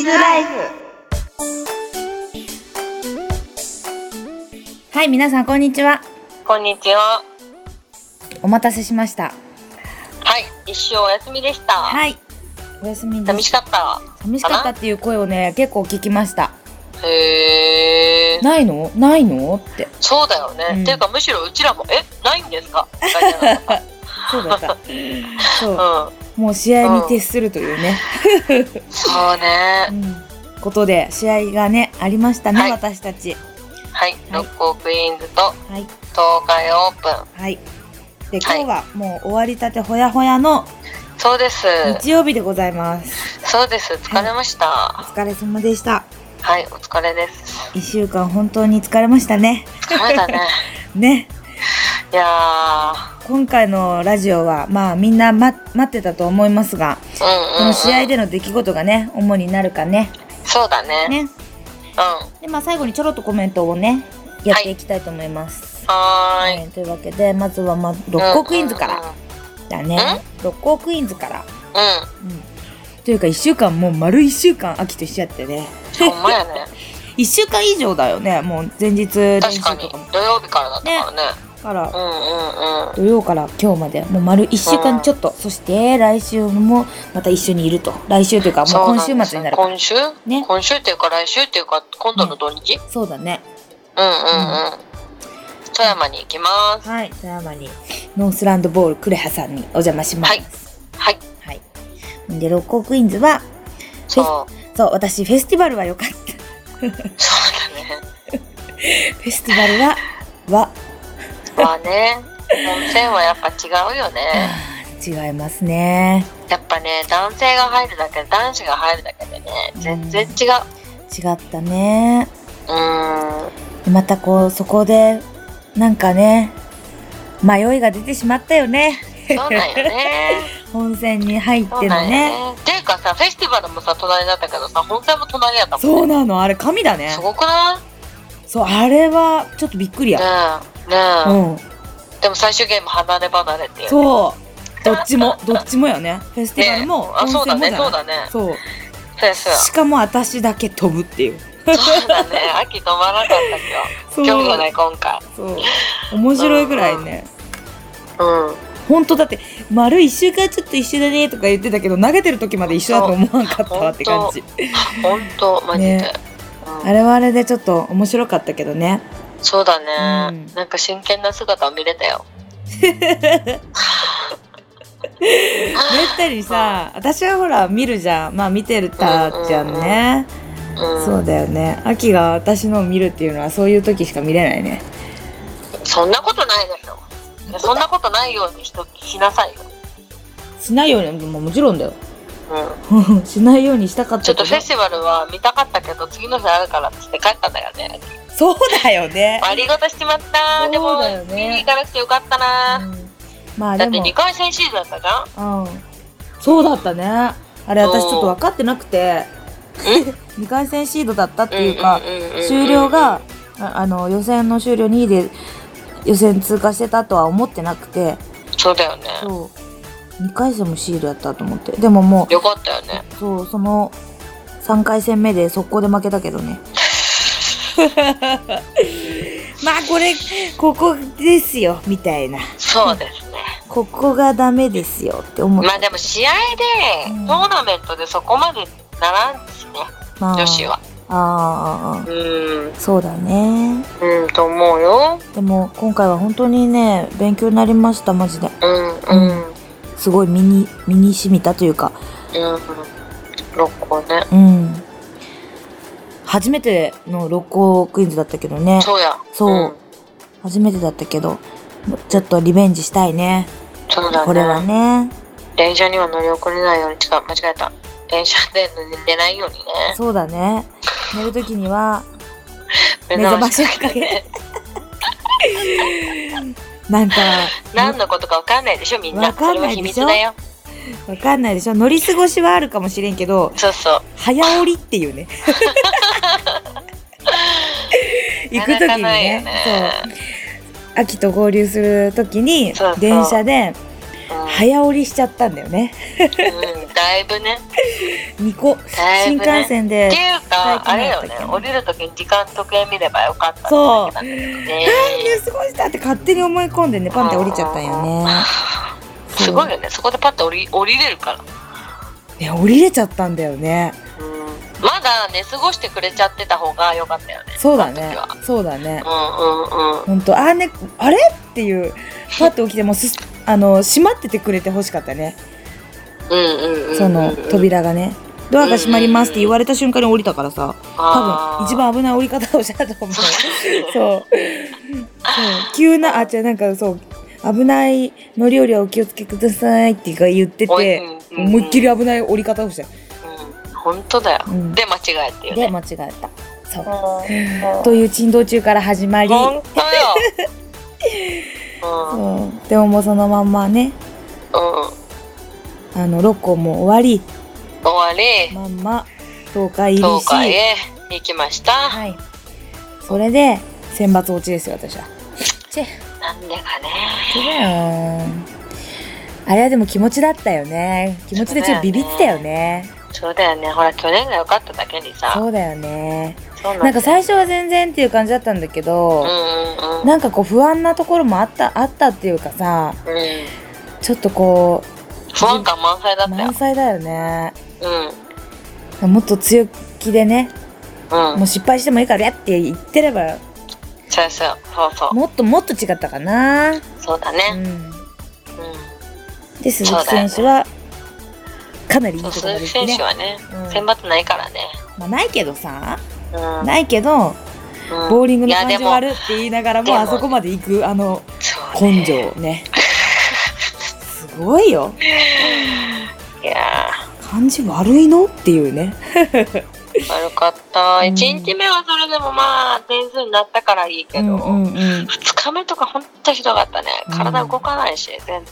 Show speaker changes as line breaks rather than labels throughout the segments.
ズライフ。
はい、皆さんこんにちは。
こんにちは。
お待たせしました。
はい、一週お休みでした。
はい。おやすみで
寂し
す。
かった。
寂しかったっていう声をね、結構聞きました。
へえ。
ないのないのって。
そうだよね。
うん
っていうかむしろうちらもえないんですか。みたい な
そうだった。そう。
うん。
もう試合に徹するというね。
そう
う
ね。
ん。ことで、試合がね、ありましたね、
はい
私たち。
はい、六甲クイーンズと
はい。
東海オープ
はい。で、今
はい
日はもう終わりたてほやほやの
ン。そうです。
日曜日でございます。
そうです。疲れました。
お
は
疲れ様でした。
い、お疲れです。
一週間本当に疲れましたね。
疲れた ね。
ね。
いやー。
今回のラジオは、まあみんな、ま、待ってたと思いますが、
うんうん、うん。
この試合での出来事がね、主になるかね。
そうだね。
ね。
うん。
で、まあ最後にちょろっとコメントをね、やっていきたいと思います。
は
え
ーい。
ーというわけで、まずは、まあ、六甲クイーンズから。だね。六甲クイーンズから。
う
うん。というか、一週間、もう丸一週間、秋と一緒やってね。
んうん。うん。ほんま やね。
一週間以上だよね。もう前日練習
確
と
か
か
に
も。
土曜日からだったからね。
から
う、んうんうん。
土曜から今日までもう丸1週間ちょっと、そして来週もまた一緒にいると来週というかもう今週末になる
そう
か
ん
ら
ですよ今週、
ね
今週っていうか来週っていうか今度の土日、
そうだね
うんうんうん、富山に行きます
はい富山にノースランドボールクレハさんにお邪魔します
はいはい
はい、で六甲クイーンズは
そう
そう私フェスティバルは良かった
そうだね
フェスティバルはは
まあね温泉はやっぱ違うよね
あー違いますね
やっぱね男性が入るだけ男子が入るだけでね全然違う
違ったね
うーん
でまたこうそこでなんかね迷いが出てしまったよね
そうなんよね
本線に入って
そ
の
うなん
ね
よねっていうかさフェスティバルもさ隣だったけどさ本戦も隣やったもんね
そうなのあれ神だね
すごくな
そうあれはちょっとびっくりや
いねえ
う
ねえ、
ん
でも最終ゲーム離れ離れっていうね
そうどっちもどっちもやねフェスティバルも
あ
温
そう
泉
だ
もじゃ
ね
ない
そう
そう
だねそうです
しかも私だけ飛ぶっていう
そうだね秋止まらなかっ た
そう
けど今日がね今回
そう面白いぐらいね
うん
本当だって丸1週間ちょっと一緒だねとか言ってたけど投げてる時まで一緒だと思わんかったわって感じ
本当マジで、
ね
うん
あれはあれでちょっと面白かったけど ね
そうだね、
うん
なんか真剣な姿を見れたよ
めったにさ私はほら見るじゃんまあ見てたじゃんね
うん
そうだよね秋が私のを見るっていうのはそういう時しか見れないね
そんなことないですよそんなことないようにしときしなさいよ、
しないようにももちろんだよ
うん、
しないようにしたかった
ちょっ
けど
とフェスティバルは見たかったけど次の日あるからっつって帰ったんだよね
そうだよね、
ありごとしちまったで
そう
も
だよね
見に行かなくてよかったな、
うんまあ
だ
で
っ
も
て2回戦シーズンだったじゃ
う
ん
ん、そうだったねあれ
うん
私ちょっと分かってなく て2回戦シードだったっていうか
んんんんん
終了がああの予選の終了2位で予選通過してたとは思ってなくて
そうだよね
そう2回戦もシードやったと思ってでももう
よかったよね
そうその3回戦目で速攻で負けたけど ねまあこれここですよみたいな
そうですね
ここがダメですよって思っ
ま
た
あでも試合で
うん
トーナメントでそこまでならんしね
まあ
女子は
あーあーあ
うん
ーそうだね
うんと思うよ
でも今回は本当にね勉強になりましたマジで
うんうん
すごい身に身に染みたというか
うん6個ね
うん初めての六甲クイーンズだったけどね
そうや
そうん初めてだったけどちょっとリベンジしたいね
そうだ
これは
ね
ね
電車には乗り遅れないように違う間違えた電車で寝てないようにね
そうだね寝る時には
目
目覚
覚
ま
ま
し
し
をか
か
け
けて
なんか
何のことかわかんないでしょみんな
わかんないでしょ
それは秘密だよ
わかんないでしょ乗り過ごしはあるかもしれんけど
そうそう
早折りっていう ね行く時に
なかなかないよ
ねそう秋と合流する時に
そうそう
電車で
うん
早折りしちゃったんだよね。
うん、だいぶね。
2個、
だい
新
ぶね
幹線で
って。いうか、あれよね
最近だったっけ、な
降りるときに時間時計見ればよかった
そう。あ
う。
ー
ね
寝過ごしたって勝手に思い込んでね、パンって降りちゃったんよね。そう
すごいよね。そこでパッと降り降りれるから。
ね、降りれちゃったんだよね。
うんまだ寝過ごしてくれちゃってた方が良かったよね。
そうだ
あ
ね
の時。
そうだね。
うんうんうん。
本当あーねあれっていうパッと起きてもうすあの閉まっててくれてほしかったね
うんうんうん。
その扉がねドアが閉まりますって言われた瞬間に降りたからさ多
あー。
分一番危ない降り方をしたと思うそうそう急なあじゃなんかそう危ない乗り降りはお気をつけくださいって言って
おい
て
うんうんうん
思いっきり危ない降り方をしたよ
うん。本当だよ。
うん
で間違えてよ
で
ね。
間違えたそう
本
という珍道中から始まり
本当よ。うん
そうでももうそのまんまね
うん。
あの6個も終わり
終わり。
まんま東海入り
東
し
海へ行きました。
はいそれで選抜落ちですよ私はチェ
なんでかね。
違うよあれはでも気持ちだったよね気持ちでちょっとビビってたよね
そうだよね。ほら去年が良かっただけにさ。
そうだよね
そう
なん
だ
か
よ
最初は全然っていう感じだったんだけ
うん
ど、
うんうん。
なんかこう不安なところもあったあったっていうかさ
うん
ちょっとこ
不安感満載だっ
う
たよ
満。載だよね
うん
もっと強気でね
うん
もう。失敗してもいいからやって言ってれば
そうそうそうそう
もっともっと違ったかな、
そうだ
う
ね。
ん
う
で鈴木選手はかなりいい
ん。
と
そう
こ
鈴
ろで
木
すね
選手はね
うん、
選抜ないからね。
まあ、ないけどさ
うん
ないけど
うん
ボーリングの感
いや
じ
でも
悪って言いながらも
でも
あそこまで行くあの
そうね
根性ねすごいよ
いや
感じ悪いのっていうね
ー悪かった
うん
1日目はそれでもまあ点数になったからいいけど、
うんうんうん
2日目とか本当ひどかったね
うん
体動かないし全然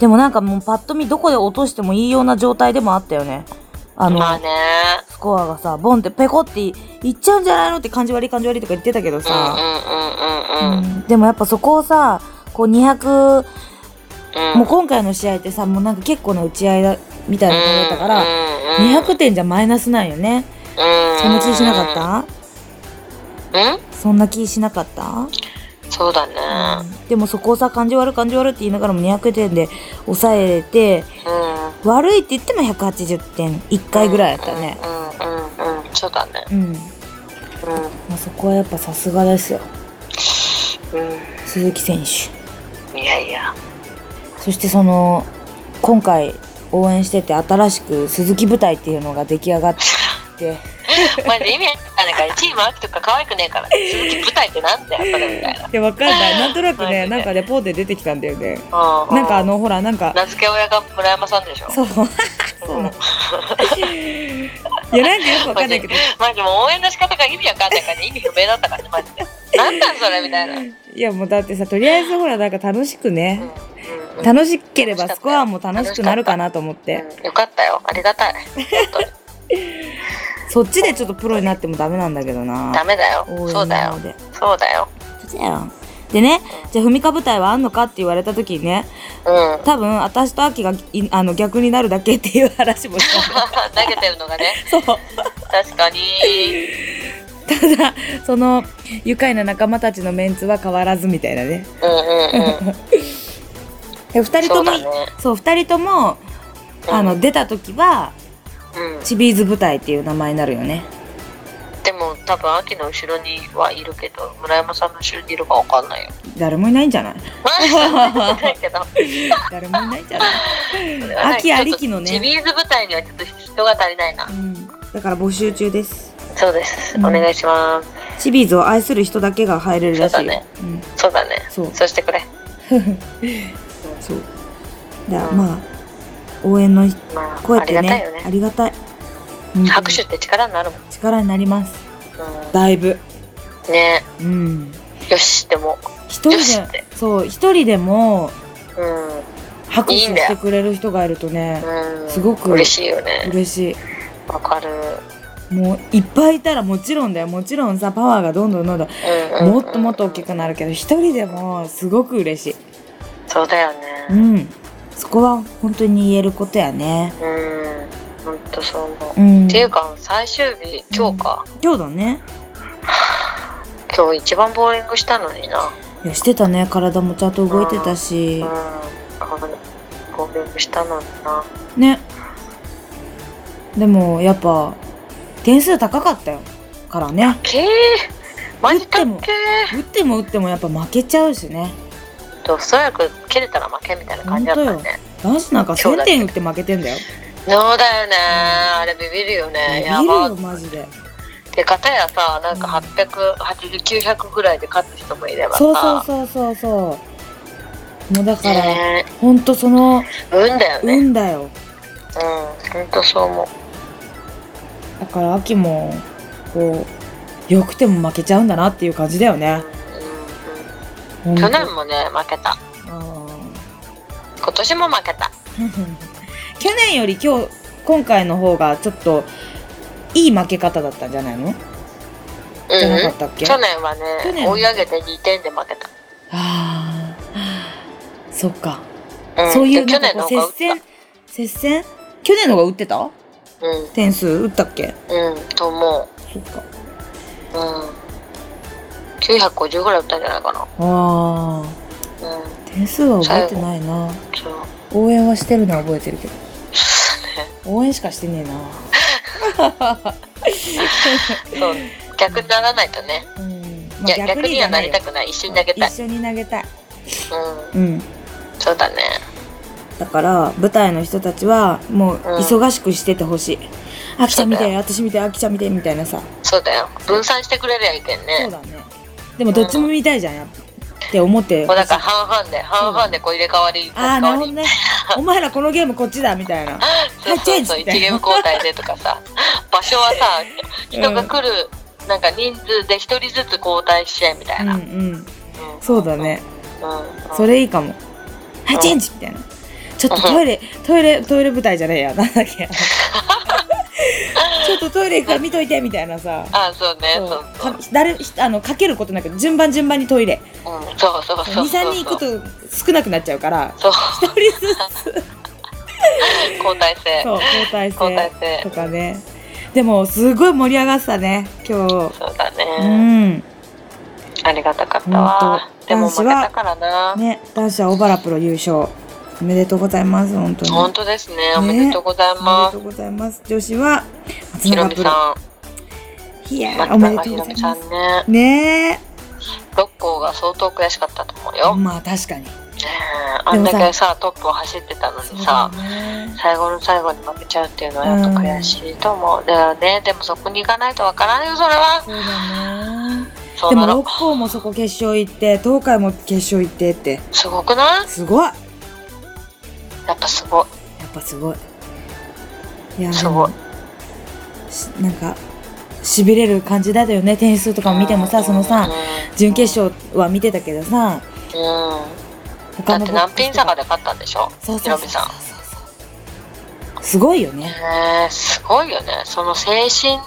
でもなんかもうパッと見どこで落としてもいいような状態でもあったよねあの、
まあね
スコアがさボンってペコっていいっちゃうんじゃないのって感じ悪い感じ悪いとか言ってたけど
うん
さ、
うんうんうんうん
でもやっぱそこをさこう200、
うん
もう今回の試合ってさもうなんか結構な打ち合いだみたいな感じだったから、
うんうん
200点じゃマイナスなんよね
うん
そんな気しなかっ
うん
たそんな気しなかった、
そうだね
でもそこをさ感じ悪い感じ悪いって言いながらも200点で抑えて
うん
悪いって言っても180点1回ぐらいだったね
うんうんうんうんそうだね
うん、
うん
まあ、そこはやっぱさすがですよ
う
鈴木選手
んいやいや
そしてその今回応援してて新しく鈴木舞台っていうのが出来上がって
マジで意味わかんないからチーム秋とか可愛くねえから鈴木舞台ってなんだよこれみたいな
でわかん ないなんとなく
マジ
ね
で
なんかレポートで出てきたんだよね
う
なんかあのほらなんか
名付け親が村山さんでしょ
そう そうなのいやなんかよくわかんないけど
マジもう応援の仕方が意味わかんないから、ね、意味不明だったからねマジでなんなんそれみたいな、うん
いやもうだってさとりあえずほらなんか楽しくね
うん
楽しければスコアも楽しくなるかなと思って
うんよかったよありがたい
そっちでちょっとプロになってもダメなんだけど
ダ
な
メだよ
応援
そうだ
な
よ
ので
そうだよ
そうだよでねじゃあ文化舞台はあんのかって言われた時にね
うん
多分私と秋がいあの逆になるだけっていう話も したんだ
投げてるのがね
そう
確かに
ただその愉快な仲間たちのメンツは変わらずみたいなね
うんうんうん
で2人
そ
とも
うだね
そう二人ともあの出た時は
うん
チビーズ舞台っていう名前になるよね
でも多分秋の後ろにはいるけど村山さんの後ろにいるかわかんないよ。
誰もいないんじゃない
ないけど
誰もいないんじゃ ない、秋ありきのね
ちょっとチビーズ舞台にはちょっと人が足りないな
う。ん、だから募集中です
そうです。
う
お
ん
願いします。
チビーズを愛する人だけが入れるらしいよ
そうだね
うん、
そうだね。
そう
そうしてくれ。
そうだから
うん
まあ応援の
まあ、
声っ
あり
て
がたい
ね
よ
あ
ね。
りがたい本当に
拍手って力になるもん。
力になります
う
だいぶ
ん、ね
うん
よしでも
一
よし
人
っ
で
て
そう一人でも
うん
拍手
いいんだ
し
よ
てくれる人がいるとね
うん
すごく
嬉しいよね。
嬉しい
わかる。
もういっぱいいたらもちろんだよもちろんさパワーがどんどんどんどん
うんうんうん
もっともっと大きくなるけど一人でもすごく嬉しい
そうだよ
う
ね。
んそこは本当に言えることやね。
うん本当そう思
う
う、
ん。
っていうか最終日今日か、
今日だね。
今日一番ボーリングしたのにな、
いや、してたね。体もちゃんと動いてたし
うん、。あのボーリングしたのにな
ね。でも、やっぱ、点数高かったよ。からね。
けーマジかっ
言っ
け
打っても打ってもやっぱ負けちゃうしね。
ーと素早く蹴れたら負けみたいな感じだった
本当
ね
男子なんか1000点打って負けてんだよ。
そうだよねあれビビるよねや
見る
ば
よ、マジで。
で片やさなんか88090ぐらいで勝つ人もいればさ
そうそうそうそうそう。もうだから、
ね
ほんとその、
運だよね
運だよ。
うん本当そう思う
だから、秋も、こう、良くても負けちゃうんだなっていう感じだよね。
う
ほん
ん
と
去年もね負けた
うん
今年も負けた
去年より今日今回の方がちょっといい負け方だったんじゃないの
う
じゃ
ん
なか
う
っ
ん
たっけ、
去年は
去年
ね追い上げて2点で負けた
あーそっか、
ん
そういう
で
な
去
んかこ
年
う
の方が打
接戦接戦去年の方が打ってた
っ
点数打ったっけ
たうんうんと思
そっか
ううん950ぐらい打ったんじゃないかな
あ
うん
ー点数は覚えてないな
そう
応援はしてるのは覚えてるけど
ね
応援しかしてねえな
そう逆にならないとね、
うん
いや逆にはなりた
く
くない一緒に投げたい
一緒に投げたい
うん
うん
そうだね
だから舞台の人たちはもう忙しくしててほしい、あきちゃん見
そうだ
て私見てあきちゃん見てみたいなさ
そうだよ分散してくれりゃいいけん
そう
ね
だねでもどっちも見たいじゃんやっぱって思って
もうだから半々で半々でこう入れ替わり
ああ
入れ
なる
替わ
ほ
り
どねお前らこのゲームこっちだみたいな
そ
は
うそうそう
いチェンジみ
1
たいな
ゲーム交代でとかさ場所はさ人が来る、なんか人数で1人ずつ交代してみた
う
い
ん
な、
うんそうだね
うん、うん
それいいかもはいチェンジみたいなちょっとトイレトイレトイレ舞台じゃねえやなんだっ けちょっとトイレ行くから見といてみたいなさ
あそうねそう
そう
そう
か誰ひあのかけることなく順番順番にトイレ
うんそうそうそうそう
23人行くと少なくなっちゃうから
そう
一人ずつ
交代制
そう交代
交代
制と
制
かねでもすごい盛り上がってたね今日
そうだ
う
ね、
ん
ありがたかったわ
ほんと
でも負けたからな、
ね男子は小原プロ優勝おめでとうございます本当に
本当ですねお
ね
めでとうござい
おめ
ま、
ですとうございます女子は松
ひろ
永
み
プロ
さ
いや
ん
ーお
松
めでとうござ
永ひろ
い
みさ
ま
ん
す
ね
ねえ
六校が相当悔しかったと思うよ、ね
まあ確かに
えあんだけさトップを走ってたのにさ、
そうだね
最後の最後に負けちゃうっていうのはやっぱ悔しいと思う、だよねでもそこに行かないとわからんよそれは
そうだね
そう
でも
なの
六校もそこ決勝行って東海も決勝行ってって
すごくない
すごいや
やっぱすご
っ
い
ぱすごいいやー
すごい
しなんかしびれる感じだよね点数とかも見てもさそのさ準決勝は見てたけどさ
勝うんだ
他
っ
の
て何品差か
で
で勝ったんでしょ
そう
ひ
そう
ろ
そう
み
そう
さ
そ
ん
うすごいよね、
ねえすごいよねその精神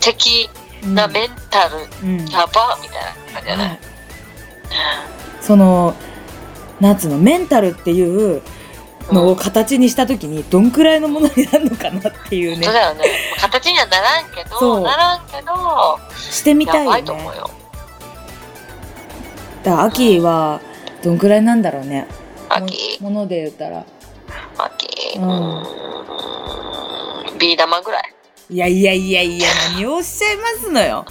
的
うん
なメンタル、
うん
やばみたいな感じだ
は
ね
いそのなんつうのメンタルっていうのを形にした時にどんくらいのものになるのかなっていう
本
ね
当だよね形にはならんけ
そう
どならんけど
してみたい
やば
よ
いと
ね
思うよ
だから秋はどんくらいなんだろうね
秋
ももので言ったら
秋
う
うんーんビー玉ぐらい
いやいやいやいや、何をおっしゃいますのよ。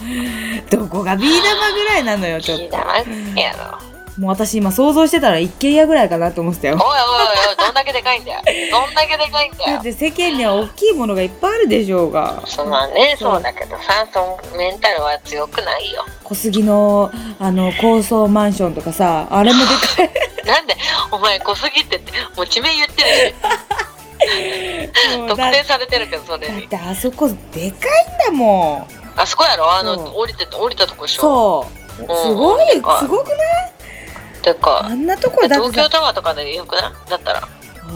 どこがビー玉ぐらいなのよ、ちょっ
ビー
と。
玉やろ
もう私今想像してたら一軒家ぐらいかなと思ってた
おいおい
よ。
おいおいどんだけでかいんだ よどんだけでかいんだ
だっ
よ
て世間には大きいものがいっぱいあるでしょうが。
そうまあねそうだけどさそうメンタルは強くないよ
小杉の、あの、高層マンションとかさ、あれもでかい。
なんでお前小すぎてってもう地名言ってる し
も
特
うだ
定されてるけどそれ
だっ
に
てあそこでかいんだもん。
あそこやろあの
そう
降りて降りたとこでしょ
そう。す
うん
ごい、
でかい
すごくない
てか
あんなところだって
東京
さ、
タワーとかでよくないだったら
あ、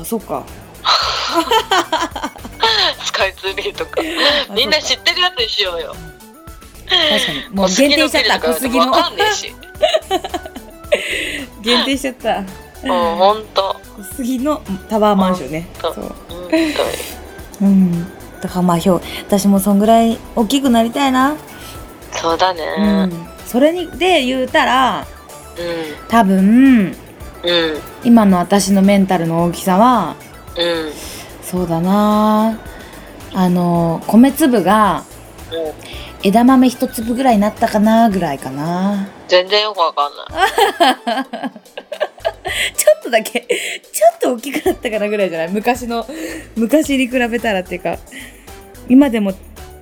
そっか。
スカイツリーと か
か
みんな知ってるやつにしようよ
確かに。もう限定しちゃった、小杉の
わ。かんねえし
限定しちゃった。
うんほんと
小杉のタワーマンションね
あ
そう
うんという
うんだからまあひょう私もそんぐらい大きくなりたいな
そうだ
う
ね
んそれにで言うたら
う
多分
んうん
今の私のメンタルの大きさは
うん
そうだなあの米粒が
うん
枝豆一粒ぐらいになったかなぐらいかな
全然よくわかんない
ちょっとだけちょっと大きくなったかなぐらいじゃない昔の昔に比べたらっていうか今でも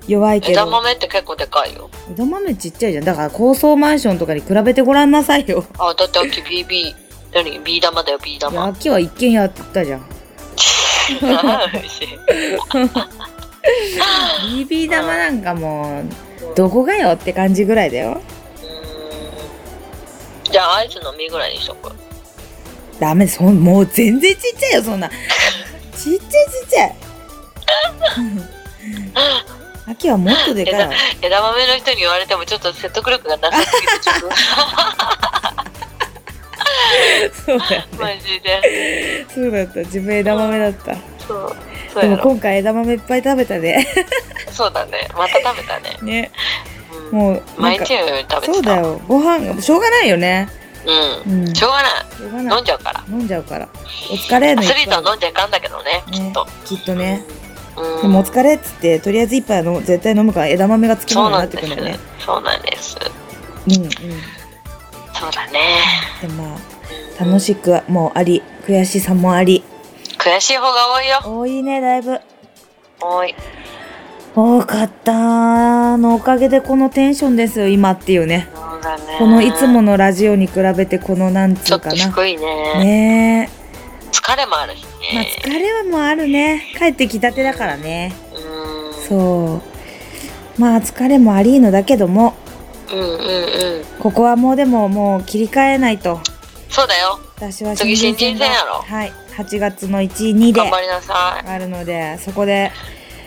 弱いけど
枝豆って結構でかいよ
枝豆ちっちゃいじゃんだから高層マンションとかに比べてごらんなさい よ
あだって秋 BB 何ビー玉だよビ
い
ー
や
玉
秋は一軒家って言ったじゃん BB 玉なんかもうどこがよって感じぐらいだよ
うんじゃあアイスの実ぐらいにしとく
ダメそんもう全然ちっちゃいよそんなちっちゃいちっちゃい 秋はもっとで かいわ
枝豆の人に言われてもちょっと説得力がなさすぎてちょっ
そうだよ
とマジで
そうだった自分枝豆だった
そうそう
でも
やろ
今回枝豆いっぱい食べたね
そうだねまた食べたね、
ね
うん、
もうなん
毎
か
日のように食べてた
そうだよご飯しょうがないよね
う
うん
んし
し
ょ
ょ
うがな
うが
い
な
飲
い
んじゃうから
飲んじゃうからお疲れの
ア
一
ス
杯
リートは飲んじゃいかんだけどねきっと
きっとね
うん
でもお疲れっつってとりあえず一杯は飲む絶対飲むから枝豆がつきもの
そう
に
な
なっ
ん
て
で
く
す
るよね
そうなんです
うんうん
そうだね
でもまあ楽しくはもうあり悔しさもあり
悔しい方が多いよ
多いねだいぶ
多い
多かったのおかげでこのテンションですよ今っていうね
そうだね
このいつものラジオに比べてこのなんつ
ちょ
う
っ
か
と
な
低いね
ねえ
疲れもあるし
まあ
ね、
疲れはもうあるね帰ってきたてだからね
うん
そうまあ疲れもありーのだけども
うんうんうん
ここはもうでももう切り替えないと
そうだよ
私は
次新人戦やろ
はい8月の12で
頑張りなさい
あるのでそこで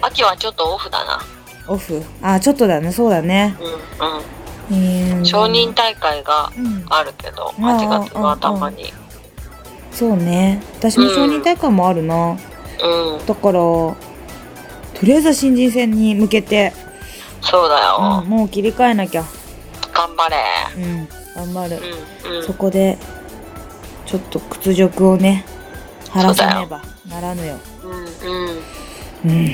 秋はちょっとオフだな
オフあちょっとだねそうだね
うんうん
うーん
承認大会が
うん
あるけど
うんあー
8月の頭に
そうね私も承認大会もあるな、
うん
だからとりあえずは新人戦に向けて、
そうだ
う
よ
ん、もう切り替えなきゃ
頑張れ
うん頑張る、
うんうん
そこでちょっと屈辱をね晴らさねばならぬよ
うんうん
うん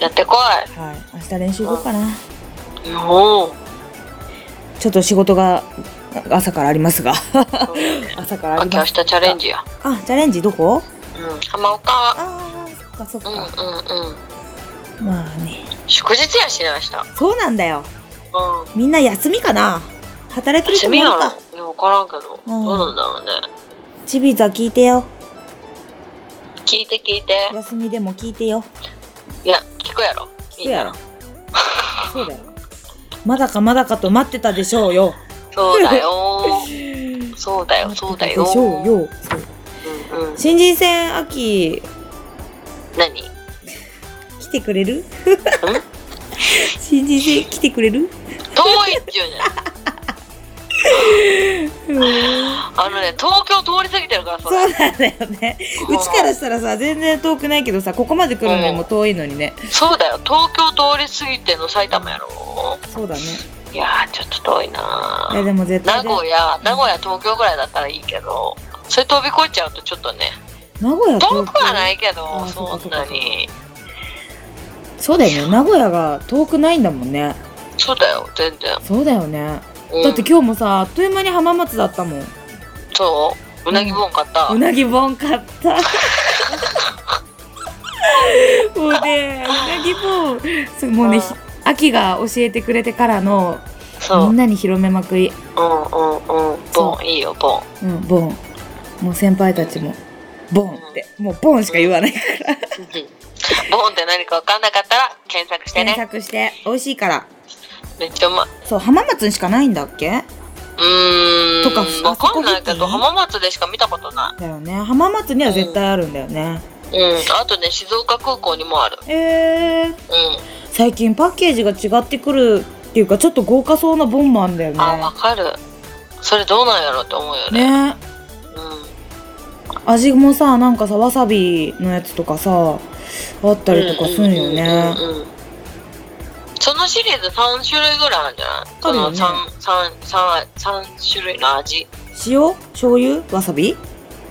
やってこ
はい明日練習行こうかな
いおお
ちょっと仕事が朝からありますが
秋
朝からあり
明
ま
日
す
チャレンジや
あチャレンジどこ
うん浜岡は
あーそっかそっ
うん
か、
うんうん
まあね
祝日やしね明日
そうなんだよ
うん
みんな休みかな働いてる人
休
も
み
いる
なの
か
いや分からんけど、
うん
どうなんだろうね
チビザ聞いてよ
聞いて聞いて
休みでも聞いてよ
いや聞くやろ
そうやろそうだよまだかまだかと待ってたでしょうよ
そうだよーそうだ よそうだよ
待ってたでしょうよそう
うんうん
新人戦秋
何
来てくれる 新人戦来てくれる
遠いって言うじゃんあのね東京通り過ぎてるからそ
そ
れ
うなんだよねうちからしたらさ全然遠くないけどさここまで来るのにも遠いのにね
そうだよ東京通り過ぎての埼玉やろ
そうだね
いやーちょっと遠いない
やでも絶
名
対で
古屋名古屋東京ぐらいだったらいいけどそれ飛び越えちゃうとちょっとね
名古屋
遠くはないいけ
あ
ど
ー
そ
そっかそ
ん
っか
なに
そうだよね名古屋が遠くないんだもんね
そうだよ全然、
そうだよね
うん
だって今日もさあっという間に浜松だったもん
そううなぎボン買った、
うなぎ本買ったもうねうなぎ本そうもうねひ秋が教えてくれてからの
そう
み
うんん
なに広めまくり
うんうんボ
そ
ンいい よボン
うんボンもう先輩たちもボンってもうボンしか言わないから
ボンって何か分かんなかったら検索して
検
ね
索して美味しいから
めっちゃうまい
そう浜松にしかないんだっけ
うーん
とか
分かんない
あそこ付
けど
近
浜松でしか見たことな
だよね浜松には絶対あるんだよね、
いうんあとね静岡空港にもある
えー、
う
最近パッケージが違ってくるっていうかちょっと豪華そうなボンもあんだよ
んあ分かるそれどうなんやろって思うよね
ねね
うん
味もさなんかさわさびのやつとかさあったりとかすんよね
うんうんうんうんそのシリーズ3種類ぐらいあるんじゃないそ
あ
の
る
3,
よ
三三三種類の味
塩醤油わさび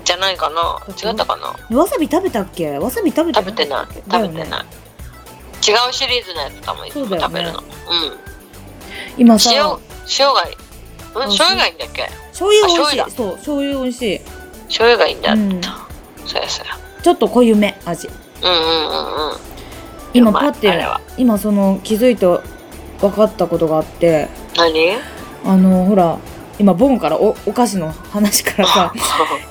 じゃないかな違ったかな
わさび食べたっけわさび食べて
食べてない
だ
食
よ
べ
ね
てない、違うシリーズのやつかもいつ
そ
も
うだよ
食
ね
べるのう,、
今
ん
さ
塩塩がいい、うん、
あ
醤油がいいんだっけ
醤油美味
あ醤
し
油
いそう醤油美味しい、
醤油がいいんだ、
うん、
そうやそうや
ちょっと濃ゆめ味
うんうんうんうん
今
うま
パ
い
って
あれは
今その気づいて分かったことがあって
何
あのほら今ボンからおお菓子の話からさ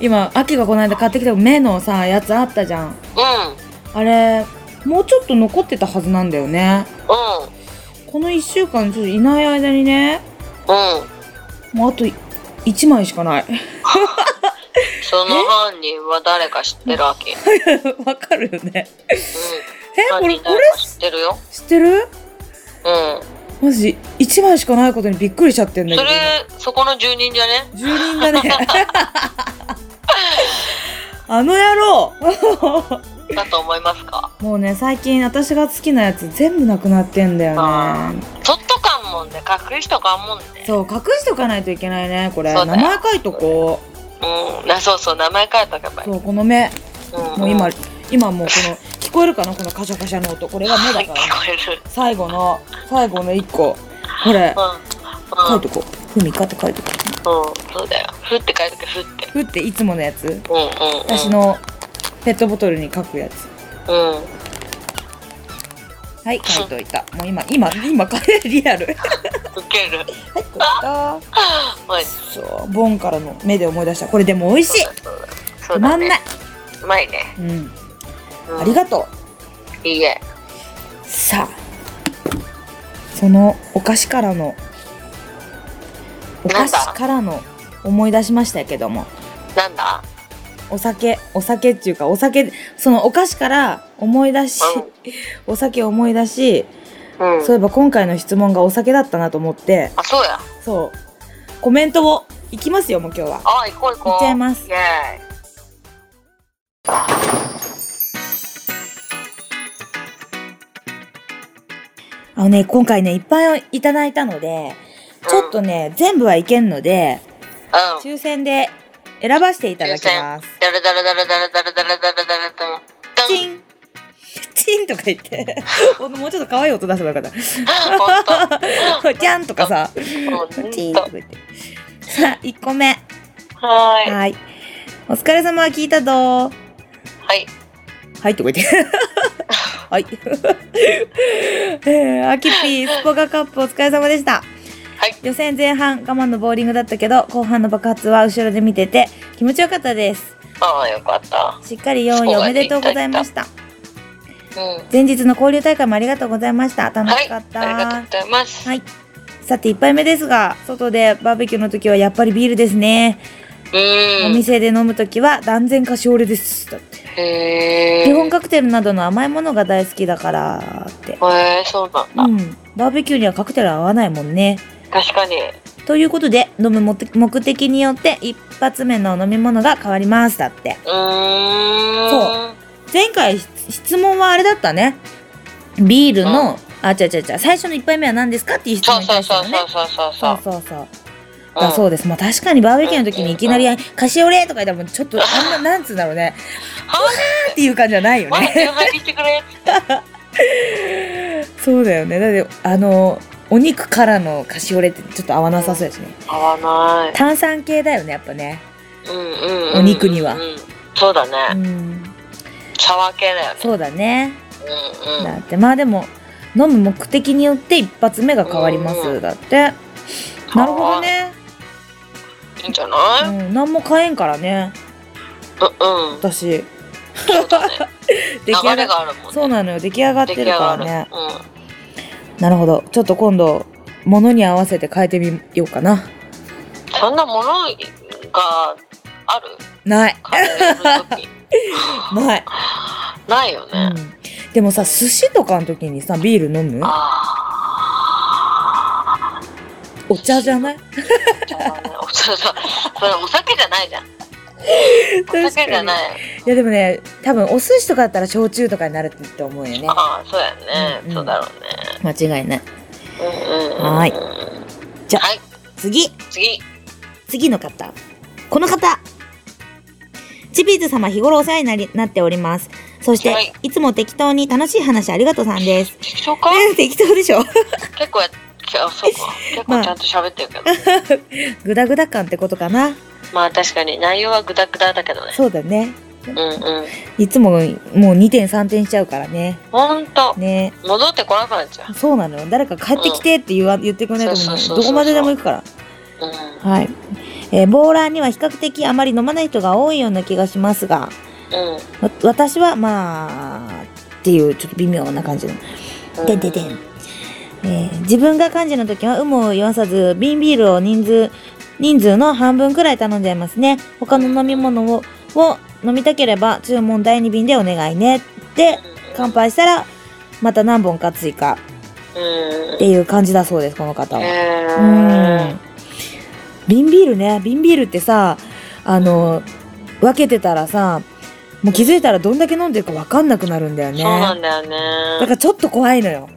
今秋がこの間買ってきた目のさやつあったじゃん
うん
あれもうちょっと残ってたはずなんだよね
うん
この1週間ちょっといない間にね
うん
もうあと1枚しかない
その犯人は誰か知ってる わけうん
わかるよねえこ
犯
れ
人
これ
誰か知ってるよ
知ってる
う
マジ1枚しかないことにびっくりしちゃってん
ん
だけ
そ
ど
れそこの住人じゃね
住人だね あの野郎
だと思いますか
もうね最近私が好きなやつ全部なくなってんだよ
あ
ね
取っとかんもんね隠しとかんもんね
そう隠しとかないといけないねこれ
そ
名
うだよ
前書いとこう
うんなそうそう名前書いとけばいい
そうこの目
うん
もう今
ん
今もうこの聞こえるかなこのカシャカシャの音これが目だ
はい
か
聞
ら
こ
ね
える
最後の最後の1個これ
うん
書
う
い
ん
とこう「ふみか」って書いとこ
うんそうだよふって書いとけふって
う「ふ」っていつものやつ
うんうんうん
私のペットボトルに書くやつ
うん
はい書いといたもう今今今 これリアルはい
ウケる
書いた
マジ
そうボンからの目で思い出したこれでも美味しい
そうだそ
止
うだ
ま
ね
んないう
まいね
うん
うん
ありがと
いいえ
うさあそのお菓子からのお
な
菓
んだ
子からの思い出しましたけども
なんだ
お酒お酒っていうかお酒そのお菓子から思い出しお酒を思い出し
うんうん
そういえば今回の質問がお酒だったなと思って
あそうや
そうコメントをいきますよもう今日は
あ行こう行こう
行っちゃいます
イエー
あのね今回ねいっぱいいただいたので
イ
ちょっと
うん、
ね全部はいけんので
うん
抽選で選ばせていただきます
だらだらだらだらだらだらだらだらだらダ
チ
ン
ンチンとか言って ほんともうちょっと可愛い音出せばよかった
ほんと
キャンとかさ
ほん
チン
と
とか言ってさあ1個目
はーいは
はいお疲れ様は聞いたぞ
い
はいとか言 って。はい。 えー、アキピー、スポガカップお疲れ様でした。
はい
予選前半、我慢のボーリングだったけど、後半の爆発は後ろで見てて、気持ちよかったです。
ああよかった
しっかり4位おめでとうございました。
うん
前日の交流大会もありがとうございました。楽
は
し
い
か
あ
っ
り
た。
がとうございます
はいさて、1杯目ですが、外でバーベキューの時はやっぱりビールですね。
う
お
ん
店で飲む時は断然かしおれです。だって
へえ
基本カクテルなどの甘いものが大好きだからって。
へえそうなんだ、
うん、バーベキューにはカクテルは合わないもんね。
確かに
ということで飲む目的目的によって一発目の飲み物が変わりますだって
うーん
そう前回し質問はあれだったねビールの、あ違う違う違う最初の一杯目は何ですかっていう質問
そう
に
そう
対しての
そう
ね
そうそうそ
そそ
うそうう
うそう
うん
だそうですまあ確かにバーベキューの時にいきなり「カシオレ!」とか言ったらもうちょっとあんまなんつうんだろうね
は
っていう感じじゃないよ
まだ
ね
重配してくれ
そうだよねだってあのお肉からのカシオレってちょっと合わなさそうですね
合わない
炭酸系だよねやっぱね
うんうんうん、
お肉には
うん、そうだ
う
ね、
ん
茶碗系だよね
そうだね
うんうん
だってまあでも飲む目的によって一発目が変わります、
うん
だってなるほどね、
いいんじゃな
う
い
ん、何も買えんからね
うんうん
私
そうだね
出来上
流れ
が
があるもんね
そうなのよ出来上がってるからね
出来上がる
なるほどちょっと今度物に合わせて変えてみようかな
うん、そんなものがある
ない
カレー の時
ない、
ないよ
う
ね、
ん、でもさ寿司とかの時にさビール飲む
あー
お茶じゃない
そうだねおそうそうそれお酒じゃないじゃん
確か
酒
に
じゃないい。
やでもね多分お寿司とかだったら焼酎とかになるって思うよね
ああ、そうやね、
うんうん
そうだろうね。
間違いない
うんうんうんうん
はいじゃあ
はい、
次
次。
次の方。この方。チピーズ様日頃お世話になりなっております。そして、
はい
い、つも適当に楽しい話ありがとうさんです。
紹介
えー 適当でしょ
結構やっちゃう、そ うか。結構ちゃんと喋ってるけど。
グダグダ感ってことかな。
まあ確かに内容はグダグダだけどね。
そうだね。
うんうん。
いつももう2点3点しちゃうからね。
ほんと、
ね
戻ってこなくなっちゃう。
そうなのよ。誰か帰ってきてって言わ、言ってくれないと思うの
そうそうそ
よ
うそう
どこまででも行くから。
うん。
はい。えー、ボーラーには比較的あまり飲まない人が多いような気がしますが、
うん。
わ私はまあ、っていうちょっと微妙な感じの。
うん
でんでんでん。えー自分が幹事の時は有無を言わさず瓶ビールを人数人数の半分くらい頼んじゃいますね他の飲み物をを飲みたければ注文第2便でお願いねで乾杯したらまた何本か追加
うん。
っていう感じだそうですこの方は
へ
う
ー
ん瓶ビールね瓶ビールってさあの分けてたらさもう気づいたらどんだけ飲んでるか分かんなくなるんだよね
そうなんだよ
だか
ね。
らちょっと怖いのよ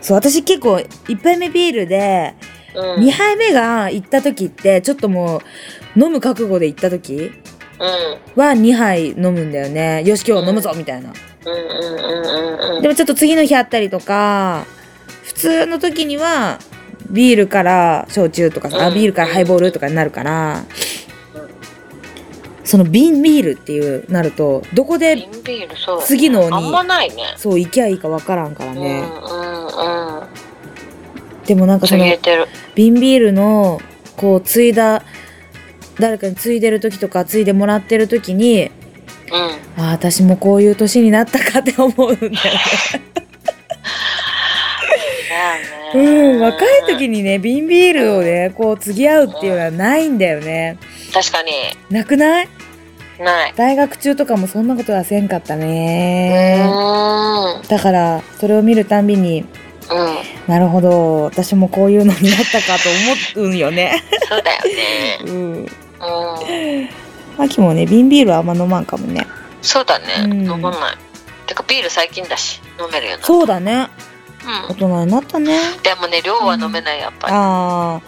そう私結構1杯目ビールで
うん。うん。
2杯目が行った時ってちょっともう飲む覚悟で行った時
うん。
は2杯飲むんだよねよし今日飲むぞみたいな
うんうんうんうんうん。
でもちょっと次の日あったりとか普通の時にはビールから焼酎とかさあビールからハイボールとかになるからその瓶ビールっていうなるとどこで
瓶ビールそうだね
次のに
あんまないね。
そう行きゃいいかわからんから
うん
ね
うんうん。
でもなんかそ
つ
の
げてる。
瓶ビールのこう継いだ誰かに継いでる時とか継いでもらってる時に
うん。
ああ私もこういう年になったかって思うんだよね。
だよね
うん若い時にね瓶ビールをねこう継ぎ合うっていうのはないんだよね。
確かに
なくない
ない。
大学中とかもそんなことはせんかったね。
う
だからそれを見るたんびに
ん。うん。
なるほど私もこういうのになったかと思うんよね。
そうだよね。
うん。
うん。
秋もね瓶ビールはあんま飲まんかもね。
そうだね。
うん
飲まない。てかビール最近だし飲めるようにな
そうだね
う
大
ん。
人になったね。
でもね量は飲めないやっぱり。
ああ
う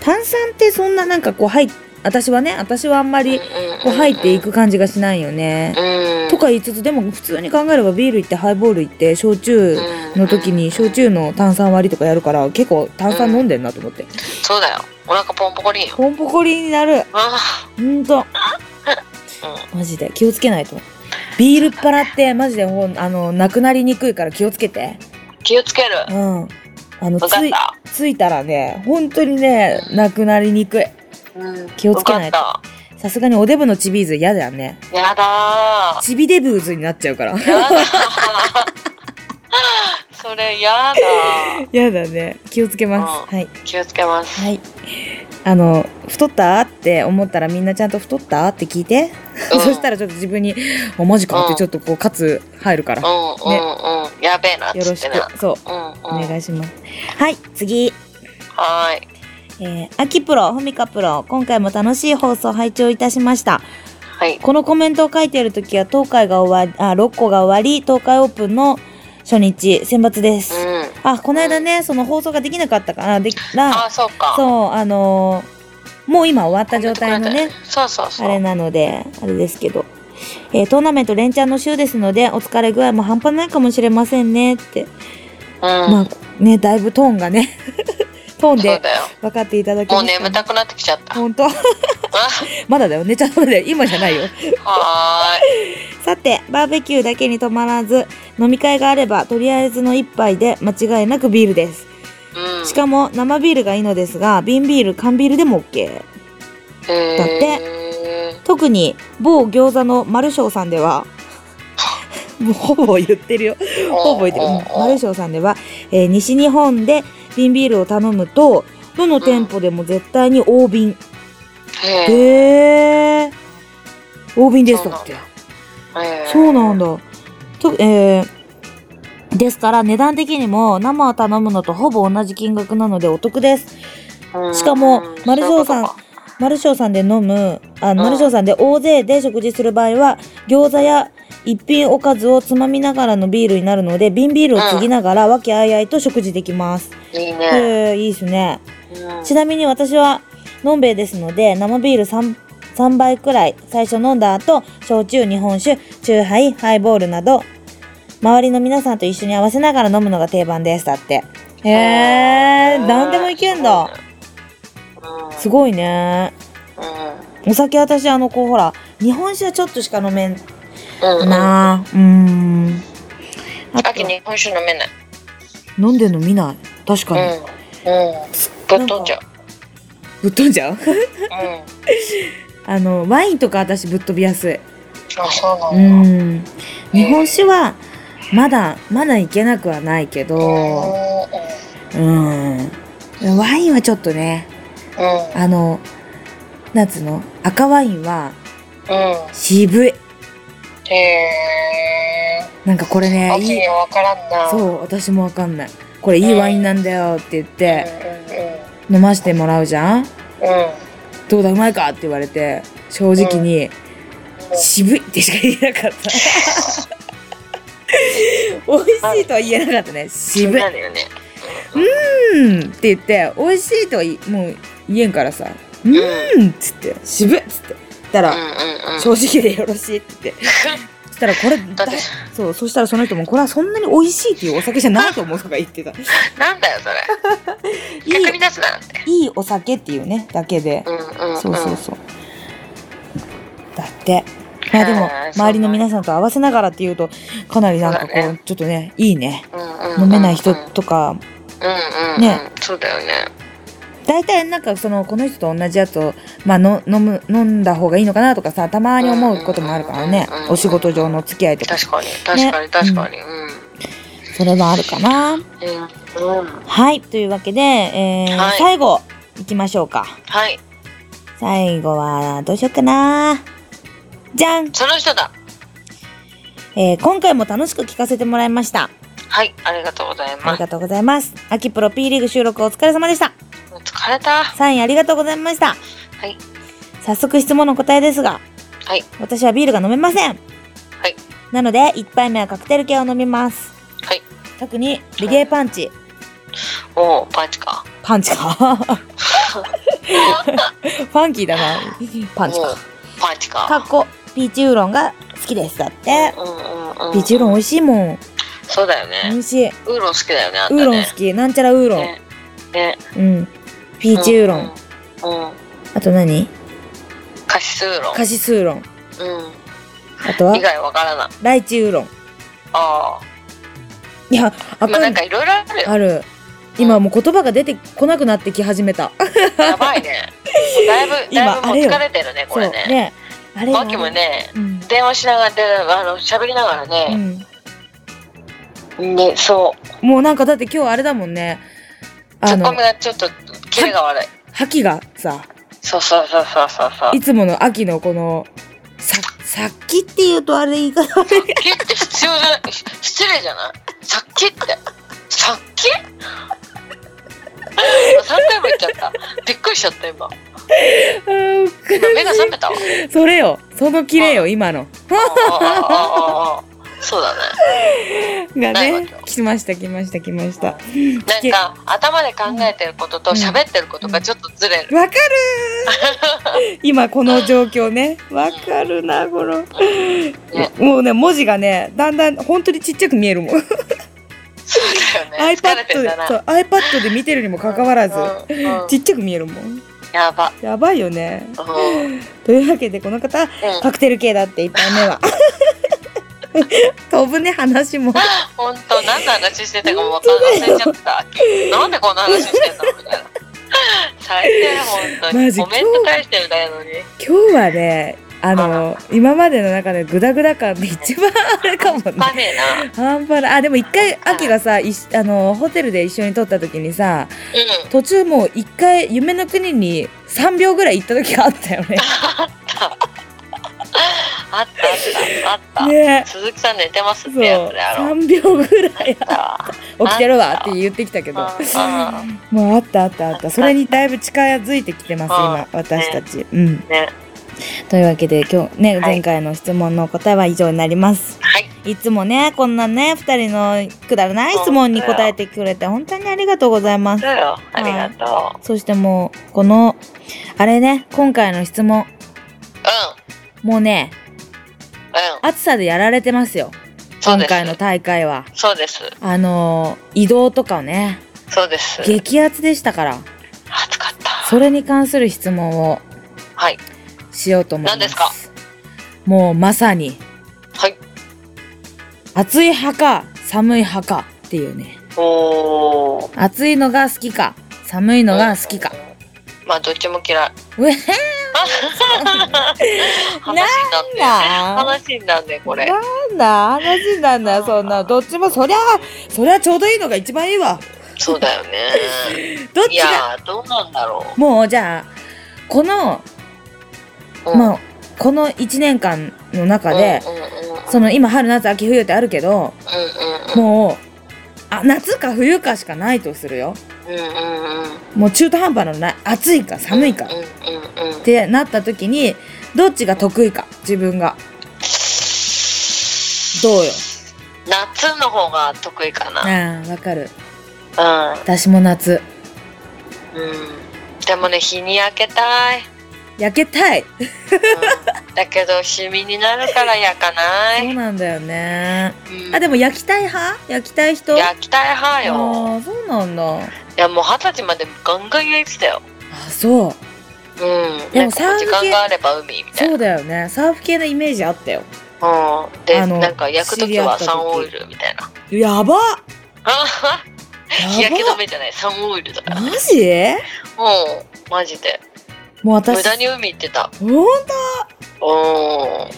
炭酸ってそんななんかこう入っ私はね私はあんま
ん
り
うん
こう入ってい。く感じがしないよね。
うん。
とか言いつつでも普通に考えればビール行ってハイボール行って焼酎の時に焼酎の炭酸割りとかやるから結構炭酸飲んでんなと思って
そうだよ。お腹ポンポコリンよ。
ポンポコリになる
あ
ほんとマジで気をつけないとビールっ腹ってマジでほんあのなくなりにくいから気をつけて
ー気をつける。
うんあの
分か
つ
っ
い
た。
ついたらね本当にねなくなりにくい
うん
気をつけないと
分かっ
さすがにおデブのチビーズ嫌だよね
た。やだー。
チビデブーズになっちゃうから
やだー。 それやだー。
嫌だね気をつけますはい
気をつけます。
はいあの太ったって思ったらみんなちゃんと太ったって聞いて、
う ん
そしたらちょっと自分に「あマジか」っ
う
て
ん
ちょっとこう喝入るから、
う
よ
んうんうん。やべえなっつ
ろ
っ
して
な。
くそう
うんうん。
お願いしますはい次
はーい。
えー、秋プロ、ふみかプロ、今回も楽しい放送拝聴いたしました。
はい。
このコメントを書いている時は東海が終わり、あ、6個が終わり、東海オープンの初日、選抜です。
うん。
あ、この間ね、その放送ができなかったから、でき
あ
ら、
あ、そうか。
そう、あのーもう今終わった状態のね、。
そうそうそ
あ
う。
れなので、あれですけど、えートーナメント連チャンの週ですので、お疲れ具合も半端ないかもしれませんねって、
うん。
まあね、だいぶトーンがね、 トーン
そう
で
だよ。
分かっていただけ
も
ま
う
したね
眠たくなってきちゃった。
本当 まだだよ、寝ちゃダメだよ、今じゃないよ。
はーい。
さて、バーベキューだけに止まらず、飲み会があれば、とりあえずの一杯で間違いなくビールです。
うん。
しかも生ビールがいいのですが瓶ビール缶ビールでも OK
へー
だ
って。
特に某餃子の丸翔さんでは もうほぼ言ってるよほぼ言ってる、うん、丸翔さんでは、えー西日本で瓶ビールを頼むとどの店舗でも絶対に大瓶、
へえ。
へえ大瓶ですだってそうなんだとえーですから値段的にも生を頼むのとほぼ同じ金額なのでお得です
うん
しかも
うん
丸蔵さん
そういうこ
マルショーさんで飲む、あマルショーさんで大勢で食事する場合は、餃子や一品おかずをつまみながらのビールになるので、瓶ビールを継ぎながら和気あいあいと食事できます。
いい
へ
ね。
えいいですね。
うん
ちなみに私はのんべえですので生ビール 3, 3杯くらい最初飲んだ後焼酎日本酒チューハイハイボールなど周りの皆さんと一緒に合わせながら飲むのが定番ですだってへえ何でもいけんだ。
うん
すごいね
う
お酒私あのこうほら日本酒はちょっとしか飲めん
んうん。うん。
なうーんあと
秋日本酒飲めない。
飲んでるの見ない確かに、
うん。うん。ぶっ飛んじゃう。
ぶっ飛んじゃう
うん。
あのワインとか私ぶっ飛びやすい
あ、そうな
うん
だ。
ん日本酒はまだまだいけなくはないけどうんワインはちょっとね
う
あのなんつうの赤ワインは
ん。うん。
渋い
へえ。
なんかこれね
秋
いい
にわからんな。
そう私もわかんないこれいいワインなんだよって言っ
うん
て飲ましてもらうじゃん
うんうん。うん。
どうだうまいかって言われて正直に渋いってしか言えなかった 美味しいとは言えなかったね渋い
なるよね。
うんって言って美味しいとはいもう言えんからさ「うん」っつって「渋っ」っつってた
う
ら、
んうんうん。
正直でよろしい」って言ってそしたらこれ
だって
だそうそしたらその人も「これはそんなに美味しいっていうお酒じゃないと思う」とか言 ってたい
なんだよそれ。逆に
い
出すなって。
いいお酒っていうねだけで、
うんうんうん。
そうそうそうだってまあでも
へー
周りの皆さんと合わせながらっていうとかなりなんかこ
そうだ
うちょっとねいいね
うんうんうんうん。
飲めない人
うん
とか
うんうん。
ね
そうだよね。
大体なんかそのこの人と同じやつを、まあ、の飲む飲んだ方がいいのかなとかさたまに思うこともあるからね
うんうんうんうん
お仕事上の付き合いとか
確かに確かに確かに。うん。
それはあるかな
うんうん。
はいというわけで、えー
はい
最後いきましょうか
はい。
最後はどうしようかなじゃん、
その人だ。
えー今回も楽しく聞かせてもらいました
はい。ありがとうござい
あ
ま
り
す。
がとうございます秋プロ P リーグ収録お疲れ様でした
疲れた。
サインありがとうございました
はい。
早速質問の答えですが
はい。
私はビールが飲めません
はい。
なので1杯目はカクテル系を飲みます
はい。
特にリゲーパンチ
おお、パンチか。
パンチかファンキーだな パンチ
お
か
う。パンチか。
かっこピーチウーロンが好きですだって
うんうんうん。
ピーチウーロン美味しいもん
そうだよ
美
ね。
味しいウ
ウーロン好きだよね。あんた
ーロン
ね
好きなんちゃらウーロン
ね。ね。
うんピーチウーロン
うん。うん。
あと何
カシスウーロ
カシスウーロン
ン。
あと
う
は
ん。以外わからない。
ライチウーロン
あ
いやあ
あ。ま
か
あなんんかいろいろあるよ。
ある今もう言葉が出てこなくなってき始めた
やばいね。だいぶ、だいぶ
今
も
あ
う
れよ
疲れてるね、これ
そう
ね。
ねあれ
マキもね、
うん
電話しながら、であの、喋りながら
う
ね、
ん
ね、そう。
もうなんかだって今日あれだもんね
ツ
あ
ッ
の
コミがちょっと、キレが悪い。
覇気がさ
そうそうそうそうそうそう。
いつもの秋のこのささっきっていうとあれ言い 方悪い
さっきって必要じゃない失礼じゃないさっきってさっき三回も言っちゃったびっくりしちゃった今今目が覚めたわ
それよその綺麗よ今の
ああああああそうだね
が
ないわ
ね
けよ
来ました来ました来ましたわかけ
なんか頭で考えてることと喋ってることがちょっとずれる、
る ー今この状況ねわかるなこの
ね
もうね文字がねだんだん本当にちっちゃく見えるもん iPad
そうだよね疲れてんだな
そう iPad で見てるにもかかわらず
うんうん
ちっちゃく見えるもん
やば
やばいよね
うん、うん、
というわけでこの方カクテル系だって1杯目は飛ぶね話も
本当何の話してたかもわかんない忘れちゃった なんでこんな話してんのみたいな最低本当
マ
に
ジ
コメント返してるだけなのに
今日はねあの今までの中でグダグダ感で一番あれかもね
パネな。
半端ないあでも一回秋がさいしあのホテルで一緒に撮った時にさ
うん。
途中もう一回夢の国に3秒ぐらい行った時があったよね
ああったあったあった、
ね
鈴木さん寝てますっ
そう
てやつであろう
3秒ぐらい
あった
起きてるわって言ってきたけど
ああ
もうあったあったあっ
あった
たそれにだいぶ近づいてきてます今私たちうん
ね
というわけで今日ね
はい
前回の質問の答えは以上になります
はい
いつもねこんなね2人のくだらない質問に答えてくれて本当にありがとうございます
そうよありがとう、
そしてもうこのあれね今回の質問もうね
うんうん
暑さでやられてますよ
そう
今
です
回の大会は
そうです
あのー移動とかね
そうです
激アツでしたから
暑かった
それに関する質問を
はい
しようと思います
何ですか
もうまさに
はい
暑い派か寒い派かっていうね
おお
暑いのが好きか寒いのが好きか
まあどっちも嫌いう
え
話になって
なんだ
話になんねこ れ
なんだ話なんだよそんなどっちもそりゃそりゃちょうどいいのが一番いいわ
そうだよね
どっ
い
ちが
やーどうなんだろ
もうじゃあこの、
う、うん、
まあこの1年間の中で、
うんうんうんうん
その今春夏秋冬ってあるけど
う
もうあ夏か冬かしかないとするよ
んうんうんうんうんうん
もう中途半端なのない暑いか寒いか
うんうんうんうん
ってなった時にどっちが得意か自分がどうよ
夏の方が得意かな
ああわかる
うん
私も夏
うんでもね日に焼けたい、
焼けたい
うん、だけどシミになるから焼かない、
そうなんだよね
うん
あでも焼きたい派焼きたい人
焼きたい派よ
ああそうなんだ
いやもう二十歳までガンガン焼いてたよ
あそう
うん
で
な
も
んか時
サウナ系
間があれば海みたい
そうだよねサーフ系のイメージあったよ
なうん
あ
で
の
なんか焼く
知り
時
合っ
は
た時
サンオイルみたいな
やば
あはは日 焼け止
や
めじゃないサンオイルだから
ば
うん
マジ
マジで
もう私
無駄に海行ってた
ほんと
うん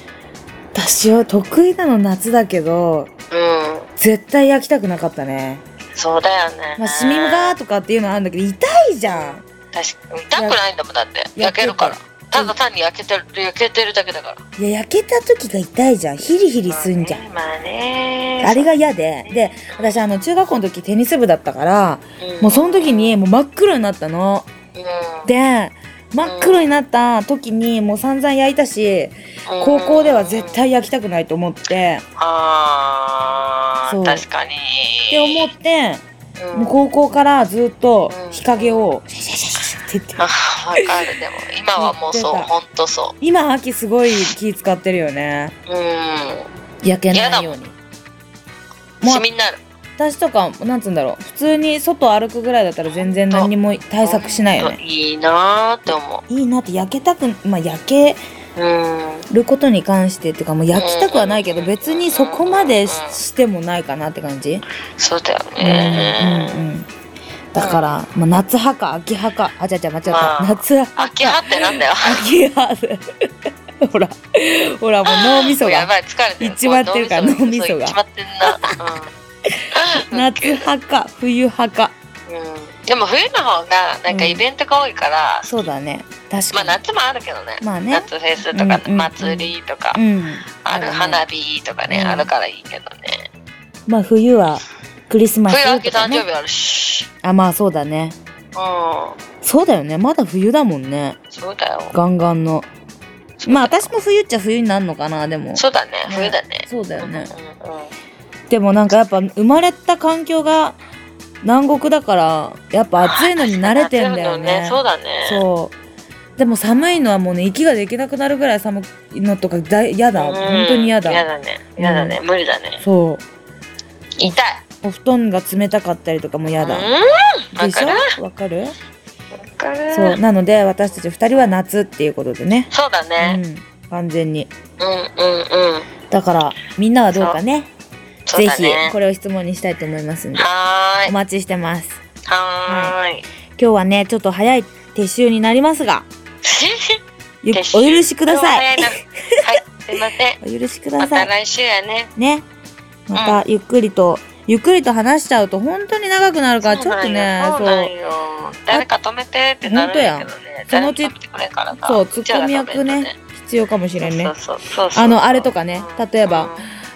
私は得意なの夏だけど
うん
絶対焼きたくなかったね
そうだよね。
まあシミがとかっていうのはあるんだけど痛いじゃん
確かに痛くないんだもんだって焼けるから。ただ単に焼けてる焼けてるだけだから。
いや焼けた時が痛いじゃんヒリヒリすんじゃん
まあね。
あれが嫌でで私あの中学校の時テニス部だったから
ん
もうその時にもう真っ黒になったの
うん
で真っ黒になった時にもう散々焼いたし
うん
高校では絶対焼きたくないと思って
あ
そう
あ確かに。
って思って
うん
もう高校からずっと日陰をシャシャシャシャシャって言って
あわかるでも今はもうそう
言ってた
本当そ
今秋すごい気使ってるよね
う。うん。
焼けないようにもう
シミになる。
私とかなんつうんだろう普通に外歩くぐらいだったら全然何にも対策しないよね
いいなーって思
いいなって焼けたくまあ焼け
う。うん。
ることに関してっていうかもう焼きたくはないけど
うん
別にそこまでししてもないかなって感じ
そうだよ
うんうん
ね。
うんだから、まあ、夏派か秋派かあちゃちゃ間違った、
まあ
夏派
秋葉ってなんだよ。
秋派 ほらほらもう脳みそ
や
が
ばい疲れてる。
行っちまってるから脳みそが
行っちまってんな。うん
夏派か冬派か
うんでも冬の方がなんかイベントが多いから、
そうだね確
ま
か
あ
に、
夏もあるけどね,、
まあね
夏フェスとか、
うんうん
祭りとか、
うん
ある
そうだね
花火とかね、
うん
あるからいいけどね、
まあ冬はクリスマス
冬秋
とか
誕
ね
生日あるし
あまあそうだね
う
そうだよねまだ冬だもんね
んそうだよ
ガンガンのまあ私も冬っちゃ冬になるのかなでも
そうだね冬だね
そうだよね
うんうんうん
でもなんかやっぱ生まれた環境が南国だからやっぱ暑いのに慣れてんだよね
夏のそうだねう
そうでも寒いのはもうね息ができなくなるぐらい寒いのとかだ嫌だ、
ん
本当に嫌だ
嫌だね嫌だね、無理だね
そ
痛いう
お布団が冷たかったりとかも嫌だ、
うんわ
でし
かる
ょわかる
わかる
そうなので私たち2人は夏っていうことでね、
そうだね、
うん、完全に
うん、うんうん
だからみんなはどうかね
そう
ぜ
だ
ひ
ね
これを質問にしたいと思いますんで
はー
お
い
待ちしてます
はーい
今日はねちょっと早い撤収になりますがゆお
撤収
許しください
でも 早なはい、すいません。
お許しくだ
ま
さ
た
い
来週やね。
ねまたゆっくりと、ゆっくりと話しちゃうと本当に長くなるからちょっとね
そう
そ
なん
う
よそうなんよ。誰か止めてってなるんだけどね。
本当やそのうち
誰か止めてくれんからな
そうツッコミ役ね。
うちらが止めんと
必必要かもしれんね
そうそうそうそう
あのあれとかね例えば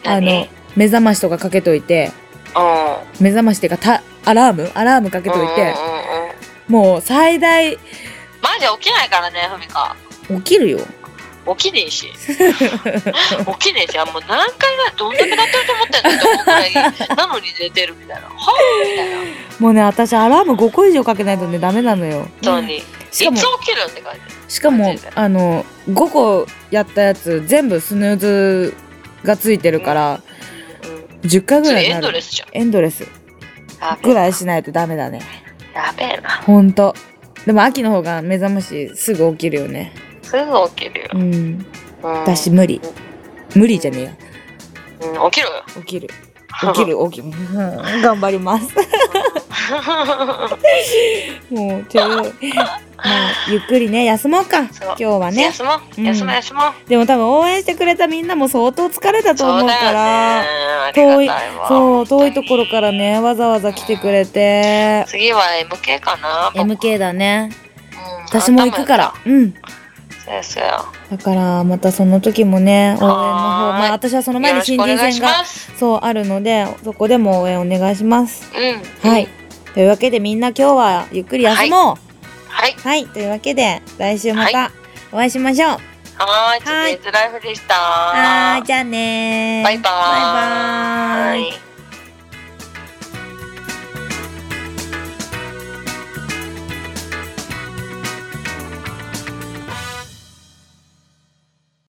あの目覚ましとかかけといて
あ
目覚ましっていうかたアラームアラームかけといてもう最大
マジで起きないからねふみか
起きるよ
起きね えし起きねえしあもう何回ぐらいどんだけなってると思ってんのって思うくらい なのに寝てるみたいなはぁみたいな
もうね私アラーム5個以上かけないとねダメなのよ
本当にいつ
しか
起
も
きるって感じ
しかも
マジで
あの5個やったやつ全部スヌーズがついてるから
うん
10回ぐ
そ
らい
れ
に
エ
な
ンドレ
る
スじゃん
エンドレス
やべ
ぐ
え
らいしないとダメだね
やべえな
ほんとでも秋の方が目覚ましすぐ起きるよね
すぐ起きるよ
うん
うん
私無理無理じゃねえや
うん起きろよ
起き る起きる起きる 頑張りますもうちょいもうゆっくりね休もうか
そう
今日はね
休もう
うん
休もう休もう
でも多分応援してくれたみんなも相当疲れたと
そ
思
う
う
だ
か
よね
ら
ありが
遠い
たいわ
そう遠いところからねわざわざ来てくれて
次は MK かな僕
MK だね
うん
私も行くからうん
そうやそうや
だからまたその時もね応援の方
はーい
まあ私はその前
よ
に
ろし
新
くお
人
願いし
戦が
ます
そうあるのでそこでも応援お願いします
うん
はいというわけでみんな今日はゆっくり休もう
はい
はい、というわけで来週またお会いしましょう
はーい
はーい
チキンズライフでした
はーいじゃあねー
バイバーイ
バイバーイ
はい